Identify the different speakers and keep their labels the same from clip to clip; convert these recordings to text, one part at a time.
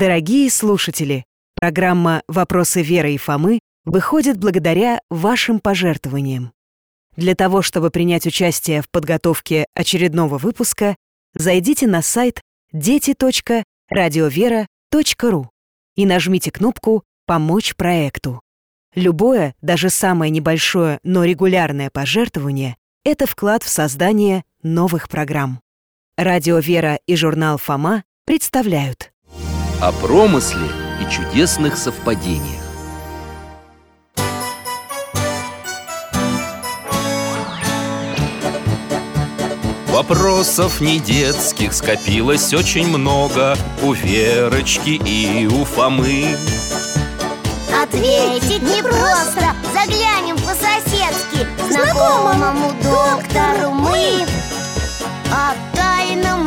Speaker 1: Дорогие слушатели, программа «Вопросы Веры и Фомы» выходит благодаря вашим пожертвованиям. Для того, чтобы принять участие в подготовке очередного выпуска, зайдите на сайт дети.радиовера.ру и нажмите кнопку «Помочь проекту». Любое, даже самое небольшое, но регулярное пожертвование – это вклад в создание новых программ. Радио «Вера» и журнал «Фома» представляют
Speaker 2: О промысле и чудесных совпадениях Вопросов не детских скопилось очень много У Верочки и у Фомы
Speaker 3: Ответить непросто Заглянем по-соседски к Знакомому доктору мы О тайном,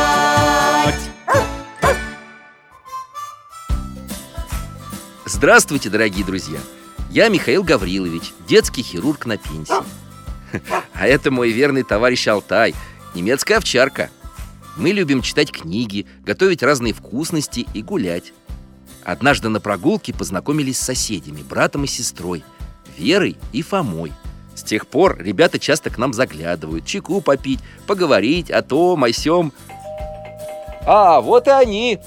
Speaker 2: Здравствуйте, дорогие друзья! Я Михаил Гаврилович, детский хирург на пенсии А это мой верный товарищ Алтай, немецкая овчарка Мы любим читать книги, готовить разные вкусности и гулять Однажды на прогулке познакомились с соседями, братом и сестрой Верой и Фомой С тех пор ребята часто к нам заглядывают Чайку попить, поговорить о том, о сём А, вот и они!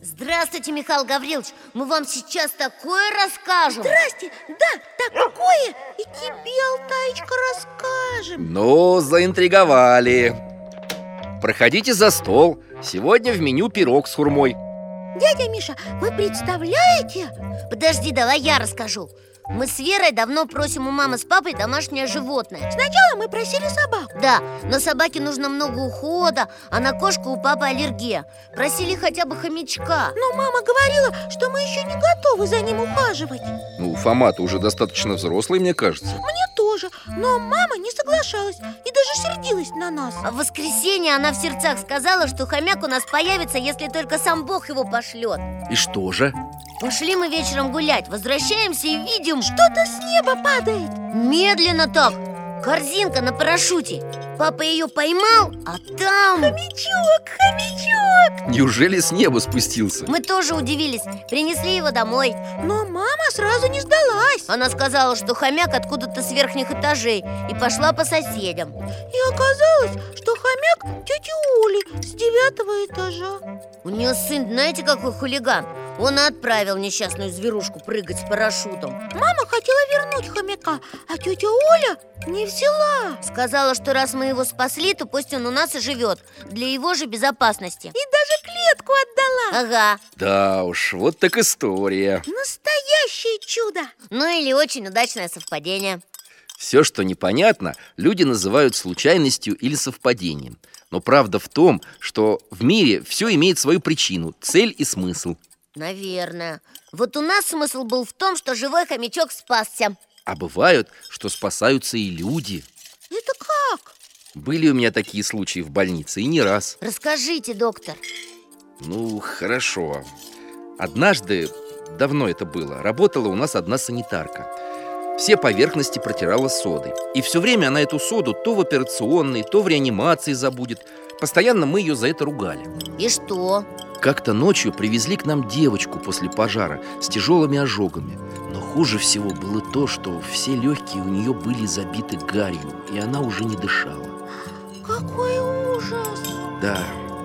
Speaker 3: Здравствуйте, Михаил Гаврилович Мы вам сейчас такое расскажем
Speaker 4: Здрасте, да, такое и тебе, Алтаечка, расскажем
Speaker 2: Ну, заинтриговали Проходите за стол Сегодня в меню пирог с хурмой
Speaker 4: Дядя Миша, вы представляете?
Speaker 3: Подожди, давай я расскажу Мы с Верой давно просим у мамы с папой домашнее животное
Speaker 4: Сначала мы просили собаку
Speaker 3: Да, но собаке нужно много ухода, а на кошку у папы аллергия Просили хотя бы хомячка
Speaker 4: Но мама говорила, что мы еще не готовы за ним ухаживать
Speaker 2: Ну, фома уже достаточно взрослый, мне кажется
Speaker 4: Мне тоже, но мама не соглашалась и даже сердилась на нас
Speaker 3: А в воскресенье она в сердцах сказала, что хомяк у нас появится, если только сам Бог его пошлет
Speaker 2: И что же?
Speaker 3: Пошли мы вечером гулять, возвращаемся и видим что
Speaker 4: Что-то с неба падает
Speaker 3: Медленно так, корзинка на парашюте Папа ее поймал, а там...
Speaker 4: Хомячок, хомячок
Speaker 2: Неужели с неба спустился?
Speaker 3: Мы тоже удивились, принесли его домой
Speaker 4: Но мама сразу не сдалась
Speaker 3: Она сказала, что хомяк откуда-то с верхних этажей И пошла по соседям
Speaker 4: И оказалось, что хомяк тети Оли с девятого этажа
Speaker 3: У нее сын, знаете, какой хулиган Он и отправил несчастную зверушку прыгать с парашютом
Speaker 4: Мама хотела вернуть хомяка, а тетя Оля не взяла
Speaker 3: Сказала, что раз мы его спасли, то пусть он у нас и живет Для его же безопасности
Speaker 4: И даже клетку отдала
Speaker 3: Ага,
Speaker 2: Да уж, вот так история
Speaker 4: Настоящее чудо
Speaker 3: ну или очень удачное совпадение
Speaker 2: Все, что непонятно, люди называют случайностью или совпадением. Но правда в том, что в мире все имеет свою причину, цель и смысл.
Speaker 3: Наверное Вот у нас смысл был в том, что живой хомячок спасся
Speaker 2: А бывают, что спасаются и люди.
Speaker 4: Это как?
Speaker 2: Были у меня такие случаи в больнице, и не раз.
Speaker 3: Расскажите, доктор
Speaker 2: Ну, хорошо. Однажды, давно это было, работала у нас одна санитарка. Все поверхности протирала содой. И все время она эту соду то в операционной, то в реанимации забудет. Постоянно мы ее за это ругали.
Speaker 3: И что?
Speaker 2: Как-то ночью привезли к нам девочку после пожара с тяжелыми ожогами. Но хуже всего было то, что все легкие у нее были забиты гарью, и она уже не дышала.
Speaker 4: Какой ужас
Speaker 2: Да,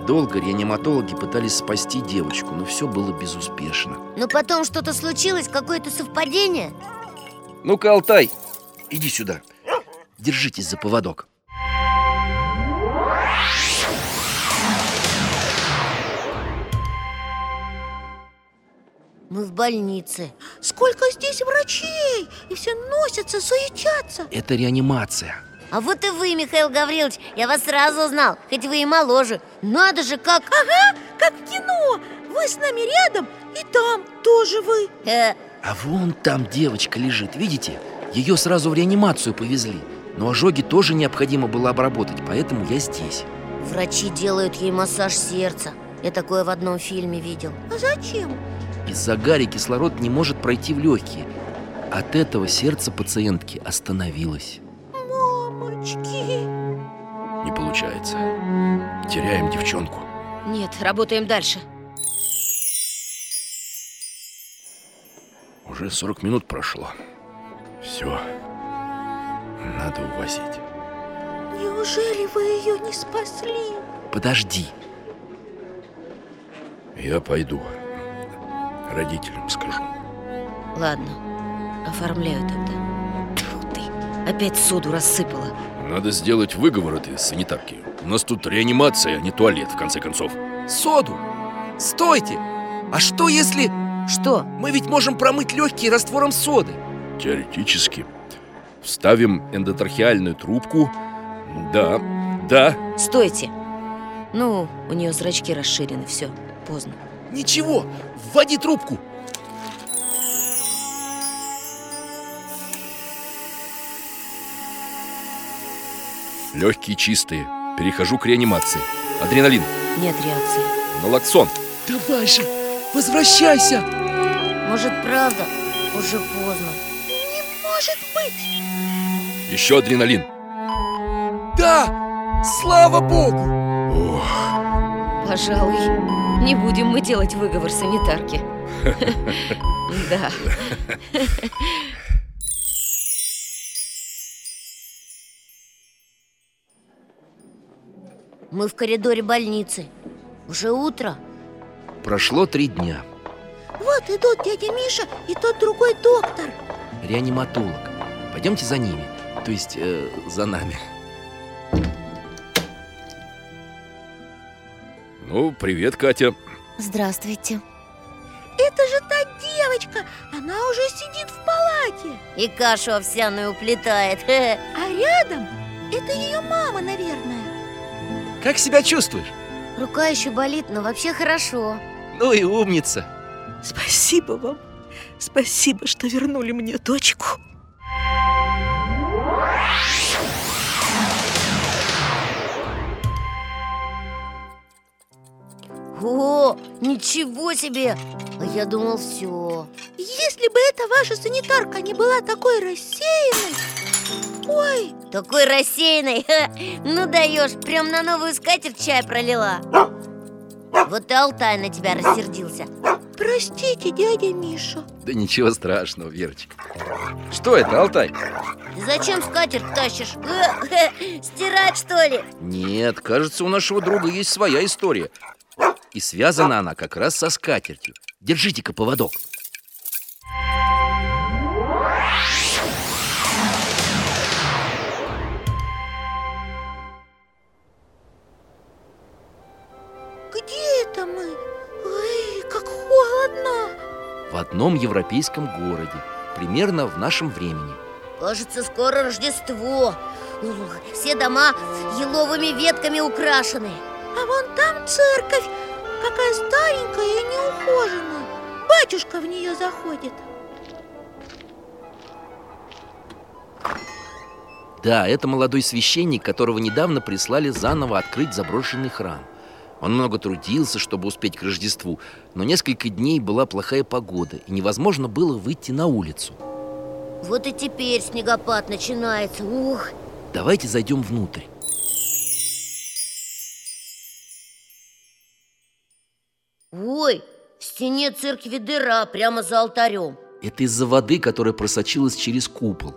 Speaker 2: долго реаниматологи пытались спасти девочку, но все было безуспешно.
Speaker 3: Но потом что-то случилось, какое-то совпадение
Speaker 2: Ну-ка, Алтай, иди сюда. Держитесь за поводок.
Speaker 3: Мы в больнице
Speaker 4: Сколько здесь врачей И все носятся, суетятся
Speaker 2: Это реанимация.
Speaker 3: А вот и вы, Михаил Гаврилович, я вас сразу узнал, хоть вы и моложе Надо же, как...
Speaker 4: Как в кино. Вы с нами рядом, и там тоже вы.
Speaker 3: Э,
Speaker 2: А вон там девочка лежит, видите? Ее сразу в реанимацию повезли. Но ожоги тоже необходимо было обработать, поэтому я здесь.
Speaker 3: врачи делают ей массаж сердца Я такое в одном фильме видел
Speaker 4: А зачем?
Speaker 2: Из-за гари кислород не может пройти в легкие. От этого сердце пациентки остановилось.
Speaker 4: Мамочки.
Speaker 2: Не получается. Теряем девчонку.
Speaker 3: Нет, работаем дальше
Speaker 2: Уже 40 минут прошло. Все. Надо увозить.
Speaker 4: Неужели вы ее не спасли?
Speaker 2: Подожди.
Speaker 5: Я пойду. Родителям скажу.
Speaker 3: Ладно, оформляю тогда Тьфу ты, опять соду рассыпала
Speaker 5: Надо сделать выговор этой санитарки. У нас тут реанимация, а не туалет, в конце концов.
Speaker 2: Соду! Стойте! А что если
Speaker 3: Что?
Speaker 2: мы ведь можем промыть легкие раствором соды?
Speaker 5: Теоретически. Вставим эндотрахеальную трубку. Да, да.
Speaker 3: Стойте Ну, у нее зрачки расширены, все, поздно
Speaker 2: Ничего, вводи трубку.
Speaker 5: Легкие чистые. Перехожу к реанимации. Адреналин,
Speaker 3: Нет реакции
Speaker 5: налоксон.
Speaker 2: Давай же, возвращайся.
Speaker 3: Может, правда, уже поздно
Speaker 4: Может быть.
Speaker 5: Еще адреналин.
Speaker 2: Да, слава богу.
Speaker 5: Ох,
Speaker 6: Пожалуй, не будем мы делать выговор санитарке. Да.
Speaker 3: Мы в коридоре больницы Уже утро
Speaker 2: Прошло три дня.
Speaker 4: Вот идут дядя Миша и тот другой доктор.
Speaker 2: Реаниматолог. Пойдемте за ними. То есть э, за нами.
Speaker 5: ну, привет, Катя.
Speaker 6: Здравствуйте.
Speaker 4: Это же та девочка. Она уже сидит в палате.
Speaker 3: И кашу овсяную уплетает
Speaker 4: А рядом это ее мама, наверное.
Speaker 2: Как себя чувствуешь?
Speaker 3: Рука еще болит, но вообще хорошо
Speaker 2: Ну и умница.
Speaker 4: Спасибо вам. Спасибо, что вернули мне дочку.
Speaker 3: О, ничего себе! А я думал, все
Speaker 4: Если бы эта ваша санитарка не была такой рассеянной... Ой,
Speaker 3: Такой рассеянный Ну даешь, прям на новую скатерть чай пролила Вот и Алтай на тебя рассердился
Speaker 4: простите, дядя Миша.
Speaker 2: Да ничего страшного, Верочка. Что это, Алтай?
Speaker 3: Ты зачем скатерть тащишь? Э, э, Стирать, что ли?
Speaker 2: Нет, кажется, у нашего друга есть своя история. И связана она как раз со скатертью. Держите-ка поводок.
Speaker 4: Где это мы? Ой, как холодно.
Speaker 2: В одном европейском городе, примерно в нашем времени.
Speaker 3: Кажется, скоро Рождество Ух, Все дома еловыми ветками украшены
Speaker 4: А вон там церковь. Какая старенькая и неухоженная. Батюшка в нее заходит.
Speaker 2: Да, это молодой священник, которого недавно прислали заново открыть заброшенный храм. Он много трудился, чтобы успеть к Рождеству, но несколько дней была плохая погода, и невозможно было выйти на улицу.
Speaker 3: Вот и теперь снегопад начинается Ух,
Speaker 2: Давайте зайдем внутрь.
Speaker 3: ой, в стене церкви дыра прямо за алтарем
Speaker 2: Это из-за воды, которая просочилась через купол.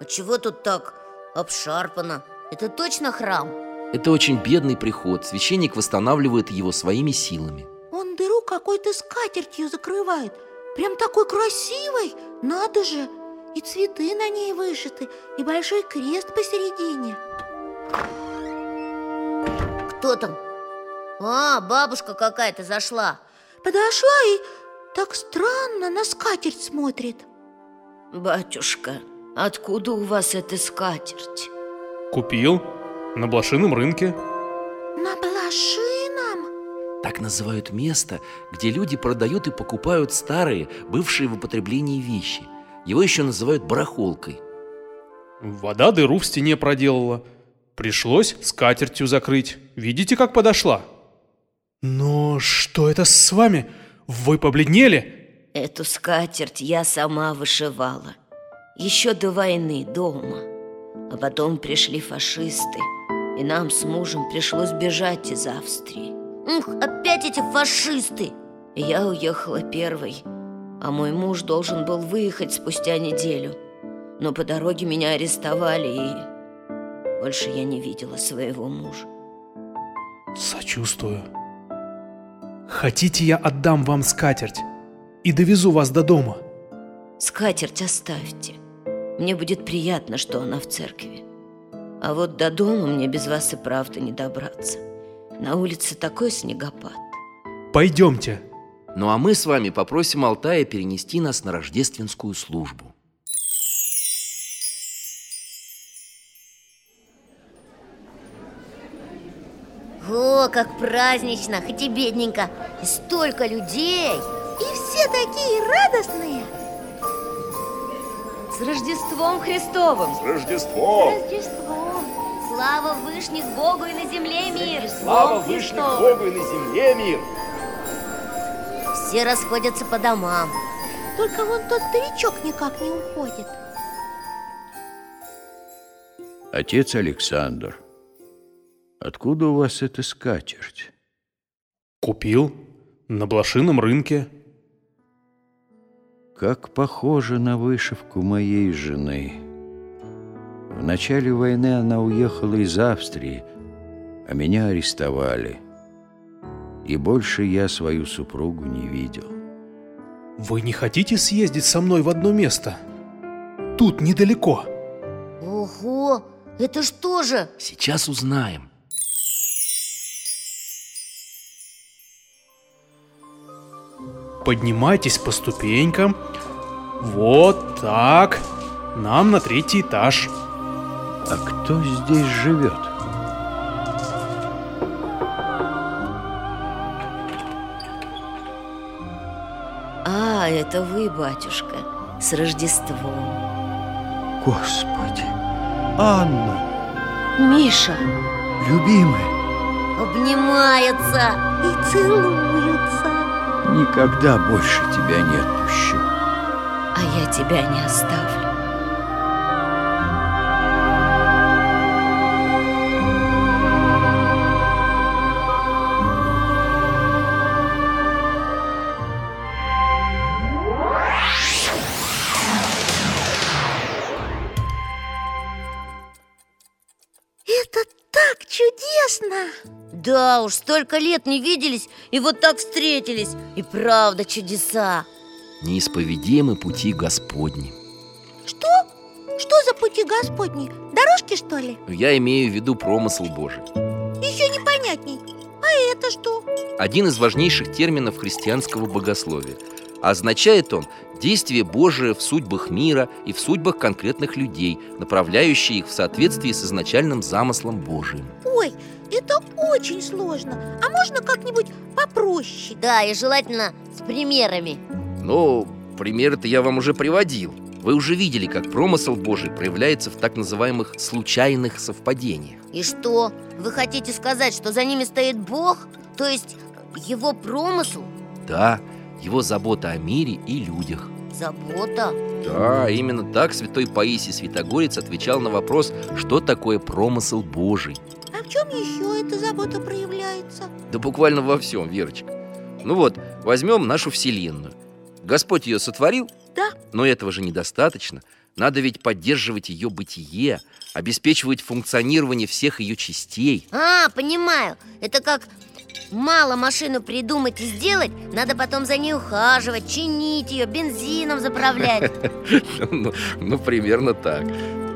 Speaker 3: А чего тут так обшарпано? Это точно храм?
Speaker 2: Это очень бедный приход. Священник восстанавливает его своими силами.
Speaker 4: Он дыру какой-то скатертью закрывает. Прям такой красивой, надо же. И цветы на ней вышиты, и большой крест посередине.
Speaker 3: Кто там? А, бабушка какая-то зашла
Speaker 4: Подошла и так странно на скатерть смотрит.
Speaker 6: Батюшка, откуда у вас эта скатерть?
Speaker 7: Купил. На блошином рынке.
Speaker 4: На блошином?
Speaker 2: Так называют место, где люди продают и покупают старые, бывшие в употреблении вещи. Его еще называют барахолкой.
Speaker 7: Вода дыру в стене проделала. Пришлось скатертью закрыть. Видите, как подошла? Но что это с вами? Вы побледнели?
Speaker 6: Эту скатерть я сама вышивала. Еще до войны дома. А потом пришли фашисты, и нам с мужем пришлось бежать из Австрии.
Speaker 3: Ух, опять эти фашисты!
Speaker 6: И Я уехала первой, а мой муж должен был выехать спустя неделю. Но по дороге меня арестовали, и больше я не видела своего мужа.
Speaker 7: Сочувствую. Хотите, я отдам вам скатерть и довезу вас до дома?
Speaker 6: Скатерть оставьте. Мне будет приятно, что она в церкви. А вот до дома мне без вас и правда не добраться. На улице такой снегопад.
Speaker 7: Пойдемте.
Speaker 2: Ну а мы с вами попросим Алтая перенести нас на рождественскую службу.
Speaker 3: О, как празднично, хоть и бедненько И столько людей
Speaker 4: И все такие радостные!
Speaker 6: С Рождеством Христовым!
Speaker 5: Рождество!
Speaker 4: Рождество!
Speaker 3: Слава вышних Богу и на земле мир
Speaker 5: и на земле мир!
Speaker 3: Все расходятся по домам
Speaker 4: Только вон тот старичок никак не уходит.
Speaker 8: Отец Александр, откуда у вас эта скатерть?
Speaker 7: Купил. На блошином рынке.
Speaker 8: Как похожа на вышивку моей жены. В начале войны она уехала из Австрии, а меня арестовали. И больше я свою супругу не видел.
Speaker 7: Вы не хотите съездить со мной в одно место? Тут недалеко.
Speaker 3: Ого, это что же?
Speaker 2: Сейчас узнаем.
Speaker 7: Поднимайтесь по ступенькам. Вот так. Нам на третий этаж.
Speaker 8: А кто здесь живет?
Speaker 6: А, это вы, батюшка, с Рождеством.
Speaker 8: Господи! Анна,
Speaker 6: Миша,
Speaker 8: любимая,
Speaker 3: Обнимаются
Speaker 4: И целуются.
Speaker 8: никогда больше тебя не отпущу.
Speaker 6: а я тебя не оставлю.
Speaker 4: Это так чудесно!
Speaker 3: Да уж, столько лет не виделись И вот так встретились И правда чудеса
Speaker 2: Неисповедимы пути Господни.
Speaker 4: Что? Что за пути Господни? Дорожки, что ли?
Speaker 2: Я имею в виду промысл Божий.
Speaker 4: Еще непонятней. А это что?
Speaker 2: Один из важнейших терминов христианского богословия. Означает он действие Божие в судьбах мира и в судьбах конкретных людей, направляющие их в соответствии с изначальным замыслом Божиим.
Speaker 4: Ой, это очень сложно. А можно как-нибудь попроще?
Speaker 3: Да, и желательно с примерами
Speaker 2: Но примеры-то я вам уже приводил. Вы уже видели, как промысл Божий проявляется в так называемых случайных совпадениях.
Speaker 3: И что? Вы хотите сказать, что за ними стоит Бог? То есть его промысл?
Speaker 2: Да, его забота о мире и людях.
Speaker 3: Забота?
Speaker 2: Да, именно так святой Паисий Святогорец отвечал на вопрос, что такое промысл Божий.
Speaker 4: А в чем еще эта забота проявляется?
Speaker 2: Да буквально во всем, Верочка. Ну вот, возьмем нашу Вселенную. Господь ее сотворил?
Speaker 4: Да.
Speaker 2: Но этого же недостаточно. Надо ведь поддерживать ее бытие, обеспечивать функционирование всех ее частей.
Speaker 3: А, понимаю, это как мало машину придумать и сделать Надо потом за ней ухаживать, чинить ее, бензином заправлять
Speaker 2: Ну, ну, примерно так.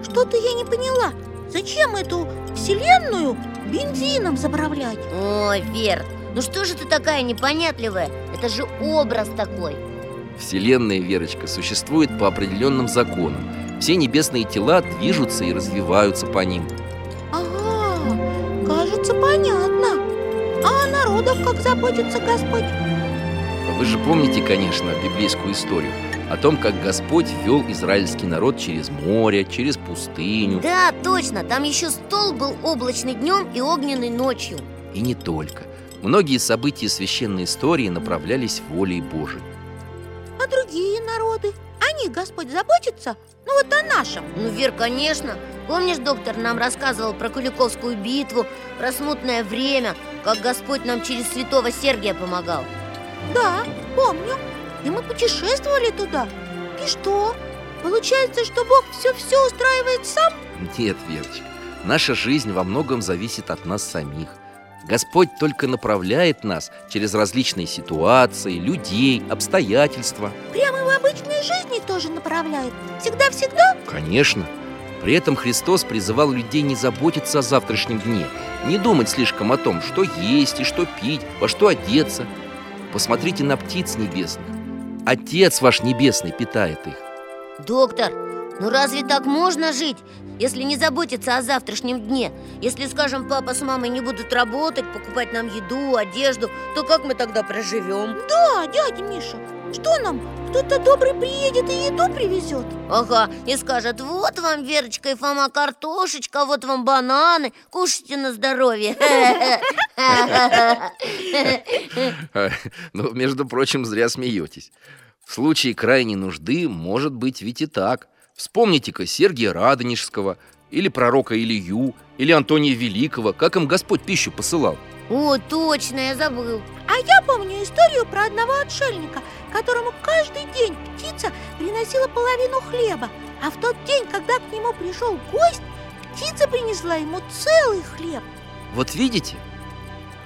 Speaker 4: Что-то я не поняла. Зачем эту вселенную бензином заправлять?
Speaker 3: Ой, Вер, ну что же ты такая непонятливая? Это же образ такой
Speaker 2: Вселенная, Верочка, существует по определенным законам. Все небесные тела движутся и развиваются по ним.
Speaker 4: А позаботится Господь.
Speaker 2: Вы же помните, конечно, библейскую историю о том, как Господь вел израильский народ через море, через пустыню
Speaker 3: Да, точно, там еще стол был облачный днем и огненный ночью
Speaker 2: и не только. Многие события священной истории направлялись волей Божией.
Speaker 4: А другие народы? О них Господь заботится? Ну вот о нашем.
Speaker 3: Ну, Вер, конечно Помнишь, доктор нам рассказывал про Куликовскую битву Про смутное время Как Господь нам через святого Сергия помогал
Speaker 4: Да, помню. И мы путешествовали туда. И что? Получается, что Бог все-все устраивает сам?
Speaker 2: Нет, Верочка, наша жизнь во многом зависит от нас самих. Господь только направляет нас через различные ситуации, людей, обстоятельства.
Speaker 4: Прямо и в обычной жизни тоже направляет. Всегда-всегда?
Speaker 2: Конечно. При этом Христос призывал людей не заботиться о завтрашнем дне, не думать слишком о том, что есть и что пить, во что одеться. Посмотрите на птиц небесных. Отец ваш небесный питает их.
Speaker 3: Доктор, ну разве так можно жить, если не заботиться о завтрашнем дне? Если, скажем, папа с мамой не будут работать, покупать нам еду, одежду, то как мы тогда проживем?
Speaker 4: Да, дядя Миша. Что нам? Кто-то добрый приедет и еду привезет.
Speaker 3: Ага, и скажет, вот вам, Верочка и Фома, картошечка, вот вам бананы, кушайте на здоровье
Speaker 2: Ну, между прочим, зря смеетесь. В случае крайней нужды может быть ведь и так. Вспомните-ка Сергия Радонежского, или пророка Илью, или Антония Великого, как им Господь пищу посылал.
Speaker 3: О, точно, я забыл
Speaker 4: А я помню историю про одного отшельника, которому каждый день птица приносила половину хлеба. А в тот день, когда к нему пришел гость, птица принесла ему целый хлеб.
Speaker 2: Вот видите?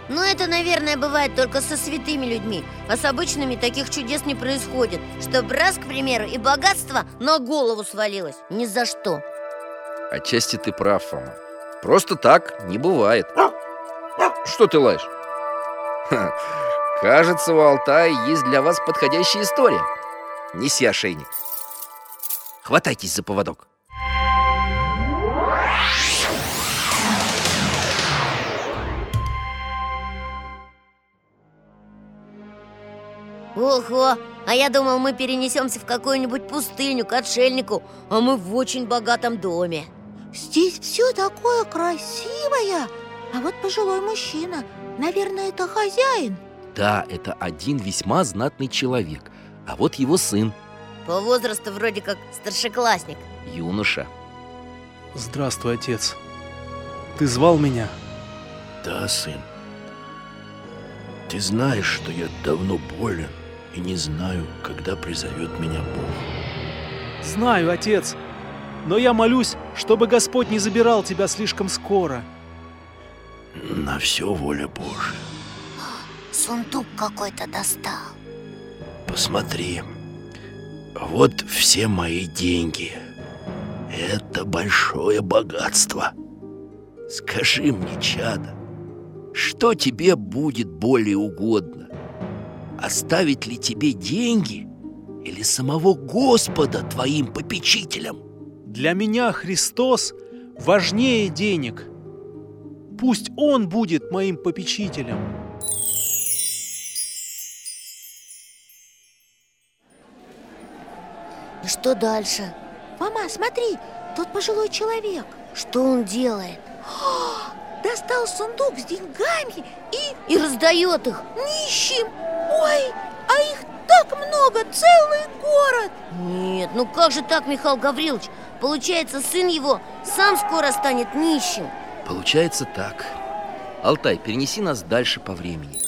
Speaker 3: Но это, наверное, бывает только со святыми людьми А с обычными таких чудес не происходит Чтоб раз, к примеру, и богатство на голову свалилось Ни за что
Speaker 2: Отчасти ты прав, Фома. Просто так не бывает. Что ты лаешь? Ха, Кажется, у Алтая есть для вас подходящая история. Неси ошейник. Хватайтесь за поводок.
Speaker 3: Ого, а я думал, мы перенесемся в какую-нибудь пустыню к отшельнику А мы в очень богатом доме
Speaker 4: Здесь все такое красивое. А вот пожилой мужчина, наверное, это хозяин.
Speaker 2: Да, это один весьма знатный человек. А вот его сын,
Speaker 3: По возрасту вроде как старшеклассник
Speaker 2: юноша.
Speaker 7: Здравствуй, отец. Ты звал меня?
Speaker 5: Да, сын. Ты знаешь, что я давно болен и не знаю, когда призовет меня Бог.
Speaker 7: Знаю, отец. Но я молюсь, чтобы Господь не забирал тебя слишком скоро.
Speaker 5: На все воля Божия.
Speaker 3: Сундук какой-то достал
Speaker 5: Посмотри. Вот все мои деньги. Это большое богатство. Скажи мне, чадо, что тебе будет более угодно? Оставить ли тебе деньги или самого Господа твоим попечителем?
Speaker 7: Для меня Христос важнее денег. Пусть Он будет моим попечителем.
Speaker 3: И что дальше?
Speaker 4: Мама, смотри, тот пожилой человек
Speaker 3: Что он делает?
Speaker 4: достал сундук с деньгами и
Speaker 3: И раздает их
Speaker 4: нищим. Ой, а их так много, целый город.
Speaker 3: Нет, ну как же так, Михаил Гаврилович? Получается, сын его сам скоро станет нищим
Speaker 2: Получается так. Алтай, перенеси нас дальше по времени.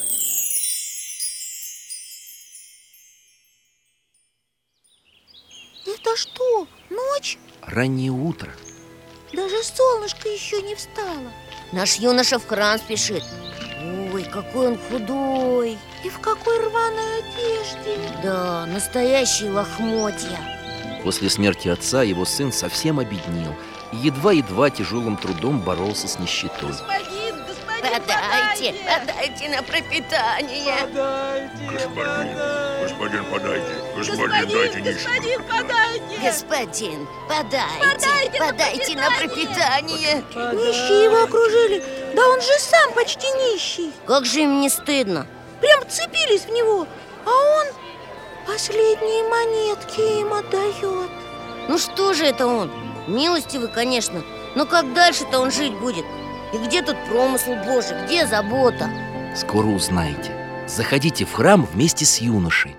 Speaker 4: Это что, ночь?
Speaker 2: Раннее утро.
Speaker 4: Даже солнышко еще не встало.
Speaker 3: Наш юноша в кран спешит Ой, какой он худой
Speaker 4: И в какой рваной одежде.
Speaker 3: Да, настоящий лохмотья
Speaker 2: После смерти отца его сын совсем обеднел и едва-едва тяжелым трудом боролся с нищетой.
Speaker 3: Подайте, подайте на пропитание
Speaker 5: Господин, господин, подайте. Господин, дайте
Speaker 3: Господин, подайте, подайте, на пропитание
Speaker 4: Нищие его окружили. Да он же сам почти нищий.
Speaker 3: Как же им не стыдно
Speaker 4: Прям вцепились в него А он последние монетки им отдает
Speaker 3: Ну что же это он? Милостивый, конечно Но как дальше-то он жить будет? И где тут промысл божий? Где забота?
Speaker 2: Скоро узнаете. Заходите в храм вместе с юношей.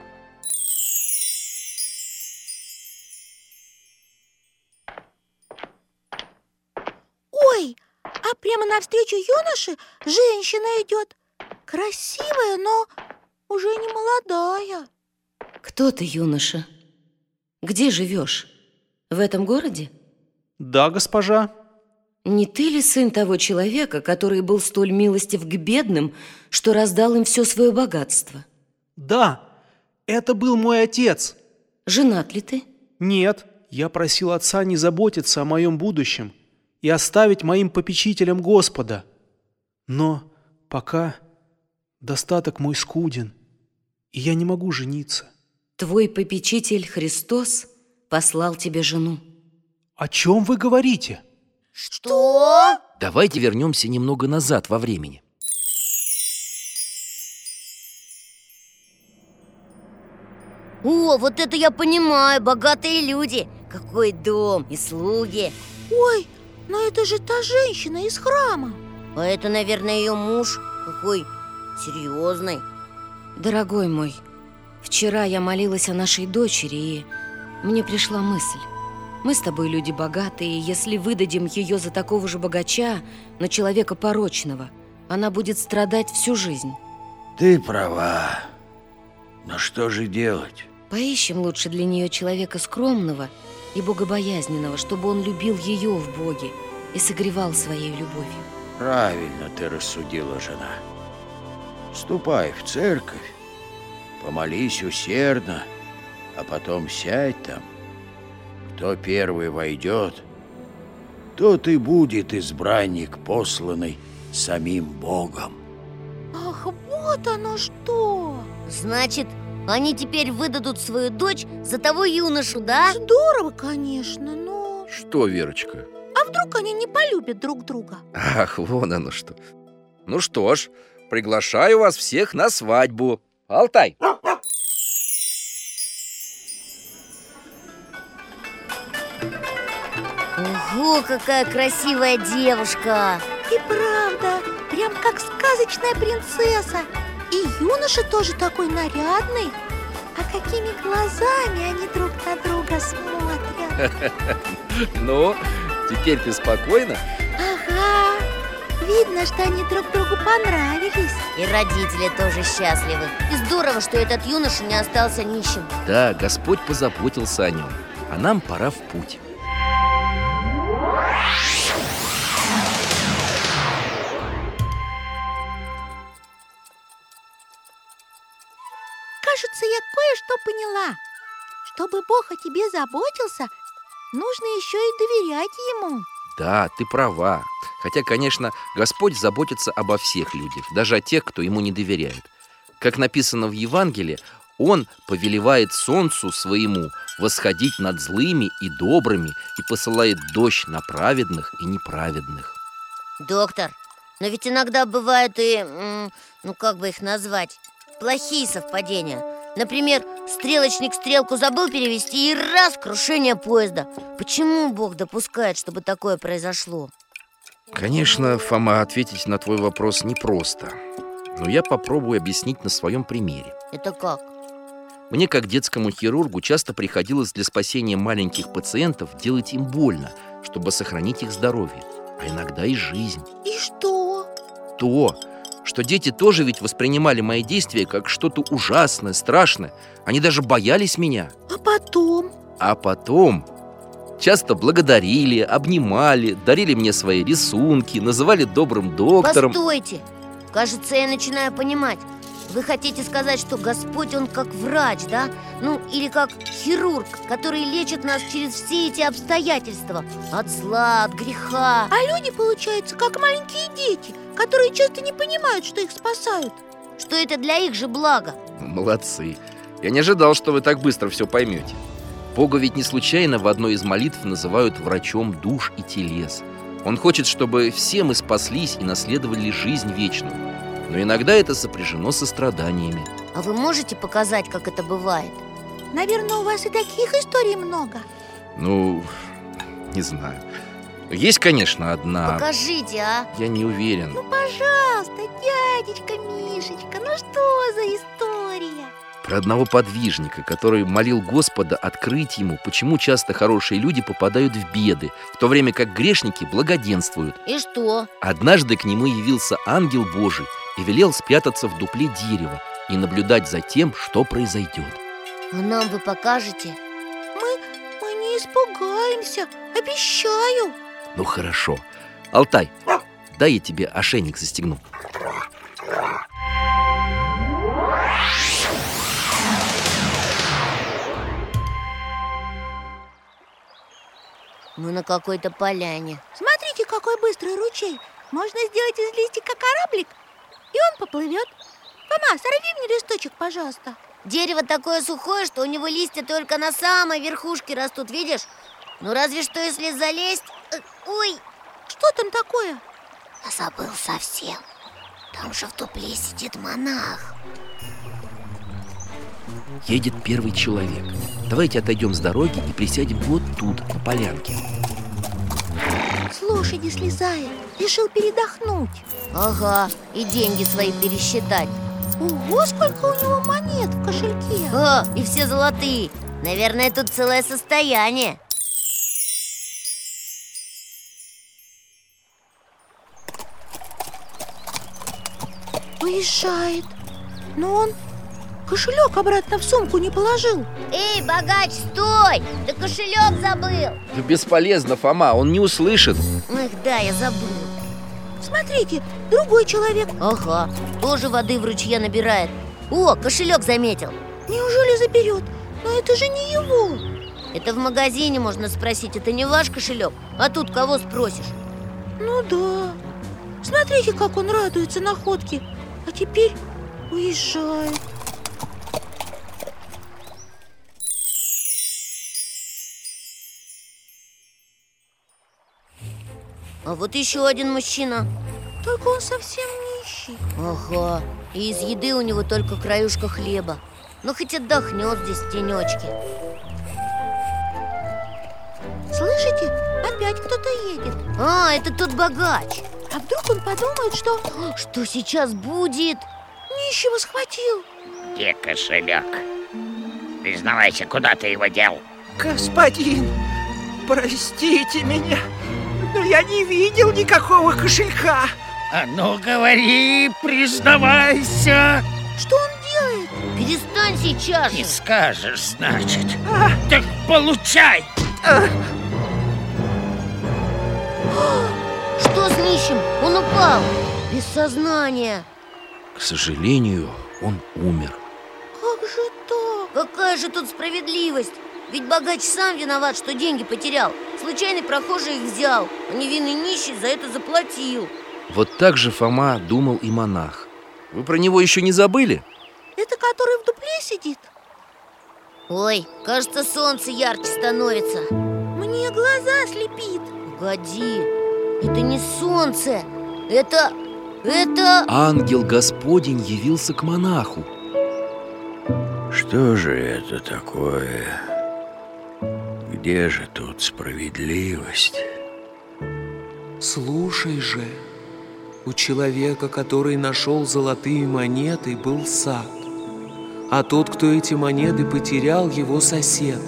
Speaker 4: Ой, а прямо навстречу юноше женщина идет Красивая, но уже не молодая
Speaker 6: Кто ты, юноша? Где живешь? В этом городе?
Speaker 7: Да, госпожа.
Speaker 6: Не ты ли сын того человека, который был столь милостив к бедным, что раздал им все свое богатство?
Speaker 7: Да, это был мой отец.
Speaker 6: Женат ли ты?
Speaker 7: Нет, я просил отца не заботиться о моем будущем и оставить моим попечителям Господа. Но пока достаток мой скуден, и я не могу жениться.
Speaker 6: Твой попечитель Христос послал тебе жену.
Speaker 7: О чем вы говорите?
Speaker 3: Что?
Speaker 2: Давайте вернемся немного назад во времени.
Speaker 3: О, вот это я понимаю, богатые люди Какой дом и слуги
Speaker 4: Ой, но это же та женщина из храма
Speaker 3: А это, наверное, ее муж Какой серьезный
Speaker 6: Дорогой мой, вчера я молилась о нашей дочери, и мне пришла мысль. Мы с тобой люди богатые, и если выдадим ее за такого же богача, но человека порочного, она будет страдать всю жизнь.
Speaker 5: Ты права. Но что же делать?
Speaker 6: Поищем лучше для нее человека скромного и богобоязненного, чтобы он любил ее в Боге и согревал своей любовью.
Speaker 5: Правильно ты рассудила, жена. Ступай в церковь, помолись усердно, а потом сядь там. Кто первый войдет, тот и будет избранник, посланный самим Богом.
Speaker 4: Ах, вот оно что
Speaker 3: Значит, они теперь выдадут свою дочь за того юношу,
Speaker 4: А
Speaker 3: да?
Speaker 4: Здорово, конечно, но...
Speaker 5: Что, Верочка?
Speaker 4: А вдруг они не полюбят друг друга?
Speaker 2: Ах, вон оно что. Ну что ж, приглашаю вас всех на свадьбу. Алтай!
Speaker 3: Ого, какая красивая девушка
Speaker 4: И правда, прям как сказочная принцесса И юноша тоже такой нарядный А какими глазами они друг на друга смотрят
Speaker 2: Ну, теперь ты спокойно?
Speaker 4: Ага, видно, что они друг другу понравились
Speaker 3: И родители тоже счастливы И здорово, что этот юноша не остался нищим
Speaker 2: Да, Господь позаботился о нем. А нам пора в путь.
Speaker 4: Кажется, я кое-что поняла Чтобы Бог о тебе заботился, нужно еще и доверять ему
Speaker 2: Да, ты права. Хотя, конечно, Господь заботится обо всех людях, даже о тех, кто ему не доверяет. Как написано в Евангелии, он повелевает солнцу своему восходить над злыми и добрыми и посылает дождь на праведных и неправедных.
Speaker 3: Доктор, но ведь иногда бывают и, м, ну как бы их назвать, плохие совпадения Например, стрелочник стрелку забыл перевести и раз крушение поезда Почему Бог допускает, чтобы такое произошло?
Speaker 2: Конечно, Фома, ответить на твой вопрос непросто. Но я попробую объяснить на своем примере.
Speaker 3: Это как?
Speaker 2: Мне, как детскому хирургу, часто приходилось для спасения маленьких пациентов делать им больно, чтобы сохранить их здоровье, а иногда и жизнь.
Speaker 4: И что?
Speaker 2: То, что дети тоже ведь воспринимали мои действия как что-то ужасное, страшное. Они даже боялись меня.
Speaker 4: А потом?
Speaker 2: А потом часто благодарили, обнимали, дарили мне свои рисунки, называли добрым доктором.
Speaker 3: Постойте! Кажется, я начинаю понимать Вы хотите сказать, что Господь, Он как врач, да? Ну, или как хирург, который лечит нас через все эти обстоятельства От зла, от греха
Speaker 4: А люди, получается, как маленькие дети, которые часто не понимают, что их спасают.
Speaker 3: Что это для их же блага
Speaker 2: Молодцы. Я не ожидал, что вы так быстро все поймете. Бога ведь не случайно в одной из молитв называют врачом душ и телес. Он хочет, чтобы все мы спаслись и наследовали жизнь вечную. но иногда это сопряжено со страданиями.
Speaker 3: А вы можете показать, как это бывает?
Speaker 4: Наверное, у вас и таких историй много.
Speaker 2: Ну, не знаю. Есть, конечно, одна.
Speaker 3: Покажите, а?
Speaker 2: Я не уверен.
Speaker 4: Ну, пожалуйста, дядечка Мишечка, ну что за история?
Speaker 2: Про одного подвижника, который молил Господа открыть ему, почему часто хорошие люди попадают в беды, в то время как грешники благоденствуют.
Speaker 3: И что?
Speaker 2: Однажды к нему явился ангел Божий и велел спрятаться в дупле дерева и наблюдать за тем, что произойдет.
Speaker 3: А нам вы покажете?
Speaker 4: Мы, мы не испугаемся, обещаю.
Speaker 2: Ну хорошо. Алтай, дай я тебе ошейник застегну.
Speaker 3: Мы на какой-то поляне.
Speaker 4: Смотрите, какой быстрый ручей. Можно сделать из листика кораблик, и он поплывет. Мама, сорви мне листочек, пожалуйста.
Speaker 3: Дерево такое сухое, что у него листья только на самой верхушке растут, видишь? Ну разве что если залезть... Э, Ой,
Speaker 4: Что там такое?
Speaker 3: а забыл совсем. Там же в дупле сидит монах.
Speaker 2: Едет первый человек. Давайте отойдем с дороги и присядем вот тут, на полянке.
Speaker 4: С лошади слезает, решил передохнуть.
Speaker 3: Ага, и деньги свои пересчитать.
Speaker 4: Ого, сколько у него монет в кошельке.
Speaker 3: А, и все золотые. Наверное, тут целое состояние.
Speaker 4: Уезжает. Но он кошелек обратно в сумку не положил.
Speaker 3: Эй, богач, стой! Ты кошелек забыл!
Speaker 2: Да бесполезно, Фома, он не услышит.
Speaker 3: Эх, да, я забыл.
Speaker 4: Смотрите, другой человек.
Speaker 3: Ага, тоже воды в ручье набирает. О, кошелек заметил.
Speaker 4: Неужели заберет? Но это же не его.
Speaker 3: Это в магазине можно спросить, это не ваш кошелек? А тут кого спросишь?
Speaker 4: Ну да. Смотрите, как он радуется находке. А теперь уезжает.
Speaker 3: А вот еще один мужчина.
Speaker 4: Только он совсем нищий.
Speaker 3: Ага, и из еды у него только краюшка хлеба. Ну хоть отдохнет здесь в тенечке.
Speaker 4: Слышите? Опять кто-то едет.
Speaker 3: А, это тот богач.
Speaker 4: А вдруг он подумает, что
Speaker 3: Что сейчас будет?
Speaker 4: нищего схватил?
Speaker 9: Где кошелек? Признавайся, куда ты его дел?
Speaker 10: Господин, простите меня, но я не видел никакого кошелька.
Speaker 9: А ну говори, признавайся!
Speaker 4: Что он делает?
Speaker 3: Перестань сейчас
Speaker 9: Не
Speaker 3: же.
Speaker 9: скажешь, значит.
Speaker 10: А?
Speaker 9: Так получай!
Speaker 3: Что с нищим? Он упал. Без сознания.
Speaker 2: К сожалению, он умер.
Speaker 4: Как же так?
Speaker 3: Какая же тут справедливость? Ведь богач сам виноват, что деньги потерял. Случайный прохожий их взял, а невинный нищий за это заплатил.
Speaker 2: Вот так же Фома думал и монах. Вы про него еще не забыли?
Speaker 4: Это который в дупле сидит?
Speaker 3: Ой, кажется, солнце ярче становится.
Speaker 4: Мне глаза слепит.
Speaker 3: Погоди, это не солнце, это... это...
Speaker 2: Ангел Господень явился к монаху.
Speaker 8: Что же это такое? Где же тут справедливость?
Speaker 10: Слушай же, у человека, который нашел золотые монеты, был сад, а тот, кто эти монеты потерял, его сосед.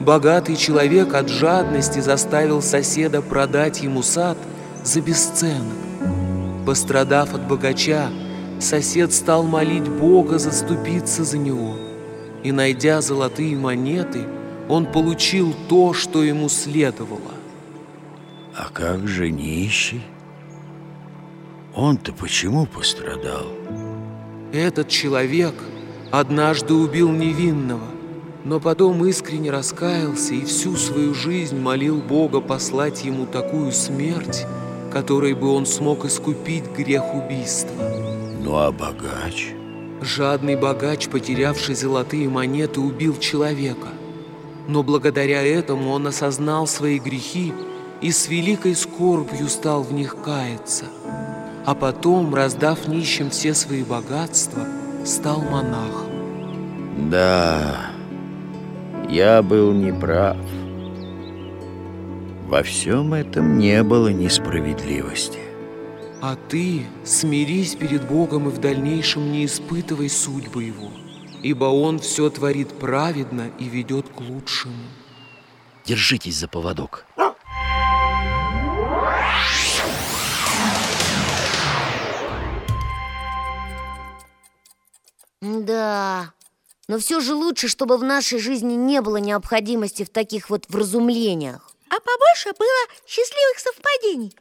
Speaker 10: Богатый человек от жадности заставил соседа продать ему сад за бесценок. Пострадав от богача, сосед стал молить Бога заступиться за него. И, найдя золотые монеты, он получил то, что ему следовало.
Speaker 8: А как же нищий? Он-то почему пострадал?
Speaker 10: Этот человек однажды убил невинного, но потом искренне раскаялся и всю свою жизнь молил Бога послать ему такую смерть, которой бы он смог искупить грех убийства.
Speaker 8: Ну а богач?
Speaker 10: Жадный богач, потерявший золотые монеты, убил человека. Но благодаря этому он осознал свои грехи и с великой скорбью стал в них каяться. а потом, раздав нищим все свои богатства, стал монахом.
Speaker 8: Да, я был неправ. Во всем этом не было несправедливости.
Speaker 10: А ты смирись перед Богом и в дальнейшем не испытывай судьбы Его, ибо Он все творит праведно и ведет к лучшему.
Speaker 2: Держитесь за поводок.
Speaker 3: Да, но все же лучше, чтобы в нашей жизни не было необходимости в таких вот вразумлениях
Speaker 4: А побольше было счастливых совпадений.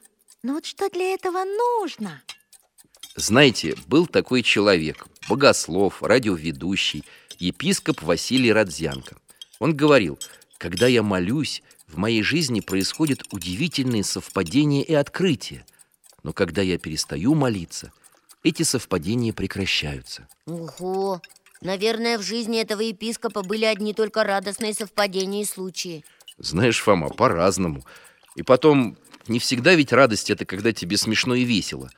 Speaker 4: Но вот что для этого нужно?
Speaker 2: Знаете, был такой человек, богослов, радиоведущий, епископ Василий Радзянко. Он говорил, когда я молюсь, в моей жизни происходят удивительные совпадения и открытия. Но когда я перестаю молиться, эти совпадения прекращаются.
Speaker 3: Ого, наверное, в жизни этого епископа были одни только радостные совпадения и случаи
Speaker 2: Знаешь, Фома, по-разному. И потом, не всегда ведь радость это, когда тебе смешно и весело.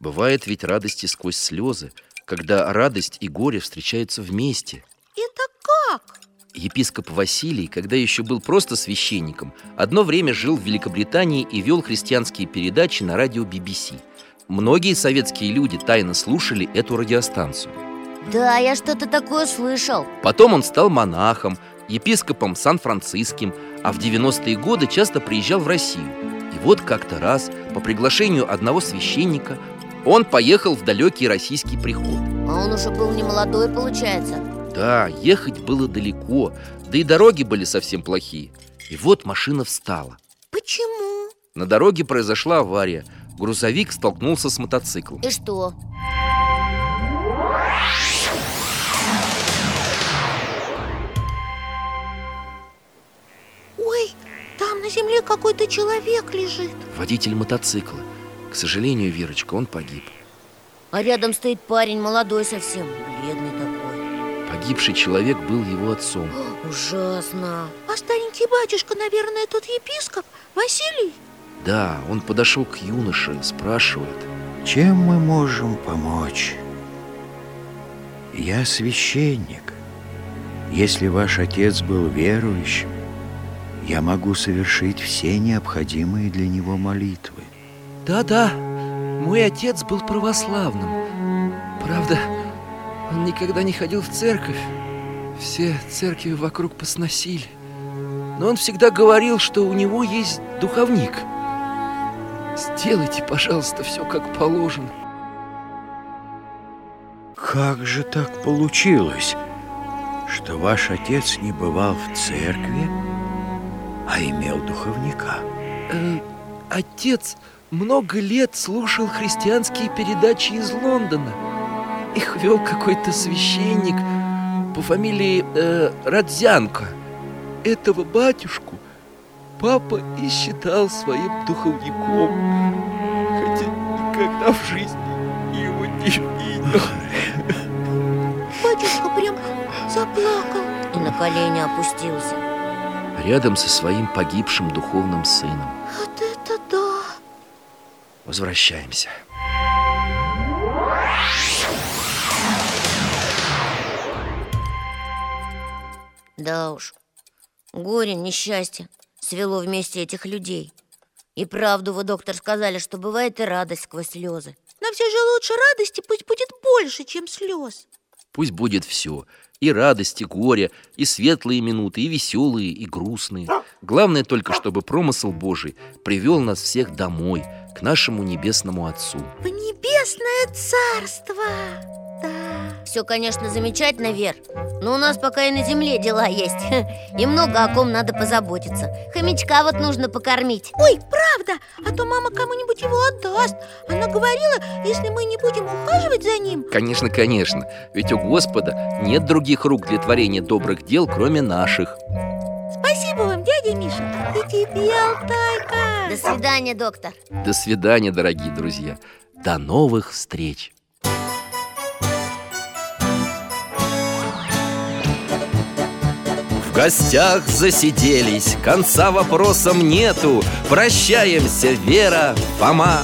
Speaker 2: Бывает ведь радость и сквозь слезы, когда радость и горе встречаются вместе.
Speaker 4: Это как?
Speaker 2: Епископ Василий, когда еще был просто священником, одно время жил в Великобритании и вел христианские передачи на радио BBC. Многие советские люди тайно слушали эту радиостанцию.
Speaker 3: Да, я что-то такое слышал
Speaker 2: Потом он стал монахом, епископом Сан-Франциским, а в 90-е годы часто приезжал в Россию. И вот как-то раз, по приглашению одного священника, он поехал в далекий российский приход.
Speaker 3: А он уже был не молодой, получается
Speaker 2: Да, ехать было далеко, да и дороги были совсем плохие. И вот машина встала.
Speaker 4: Почему?
Speaker 2: На дороге произошла авария. Грузовик столкнулся с мотоциклом.
Speaker 3: И что?
Speaker 4: Ой, там на земле какой-то человек лежит.
Speaker 2: Водитель мотоцикла. К сожалению, Верочка, он погиб.
Speaker 3: А рядом стоит парень, молодой совсем, бледный такой
Speaker 2: Погибший человек был его отцом.
Speaker 3: О, Ужасно
Speaker 4: А старенький батюшка, наверное, тот епископ Василий?
Speaker 2: Да, он подошел к юноше, спрашивает.
Speaker 8: Чем мы можем помочь? Я священник. Если ваш отец был верующим, я могу совершить все необходимые для него молитвы.
Speaker 2: Да-да, мой отец был православным. Правда, он никогда не ходил в церковь. Все церкви вокруг посносили. Но он всегда говорил, что у него есть духовник. Сделайте, пожалуйста, все как положено.
Speaker 8: Как же так получилось, что ваш отец не бывал в церкви, а имел духовника?
Speaker 2: Э, отец много лет слушал христианские передачи из Лондона. Их вел какой-то священник по фамилии э, Радзянко. Этого батюшку папа и считал своим духовником, хотя никогда в жизни его не видел.
Speaker 4: Батюшка прям заплакал.
Speaker 3: И на колени опустился
Speaker 2: Рядом со своим погибшим духовным сыном
Speaker 4: Вот это да!
Speaker 2: возвращаемся.
Speaker 3: Да уж Горе, несчастье свело вместе этих людей И правду вы, доктор, сказали, что бывает и радость сквозь слезы
Speaker 4: Но все же лучше радости пусть будет больше, чем слез.
Speaker 2: Пусть будет все. И радость, и горе, и светлые минуты, и веселые, и грустные. Главное только, чтобы промысл Божий привел нас всех домой, к нашему небесному Отцу.
Speaker 4: В небесное царство! Да.
Speaker 3: Все, конечно, замечательно, Вер Но у нас пока и на земле дела есть И много о ком надо позаботиться Хомячка вот нужно покормить
Speaker 4: Ой, правда, а то мама кому-нибудь его отдаст Она говорила, если мы не будем ухаживать за ним
Speaker 2: Конечно, конечно, ведь у Господа нет других рук для творения добрых дел, кроме наших.
Speaker 4: Спасибо вам, дядя Миша И тебе, Алтайка
Speaker 3: До свидания, доктор
Speaker 2: До свидания, дорогие друзья. До новых встреч. В гостях засиделись, конца вопросам нету. Прощаемся, Вера, Фома.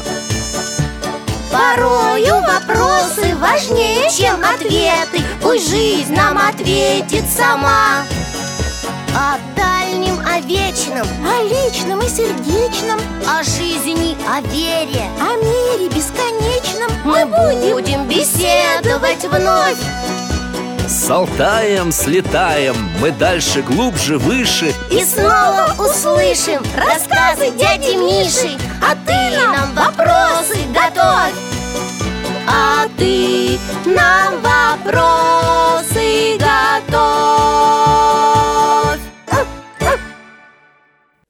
Speaker 3: Порою вопросы важнее, чем ответы Пусть жизнь нам ответит сама О дальнем, о вечном
Speaker 11: О личном и сердечном
Speaker 3: О жизни, о вере
Speaker 11: О мире бесконечном
Speaker 3: Мы будем беседовать вновь
Speaker 2: С Алтаем слетаем, мы дальше, глубже, выше
Speaker 3: И снова услышим рассказы дяди Миши А ты нам вопросы готовь А ты нам вопросы готовь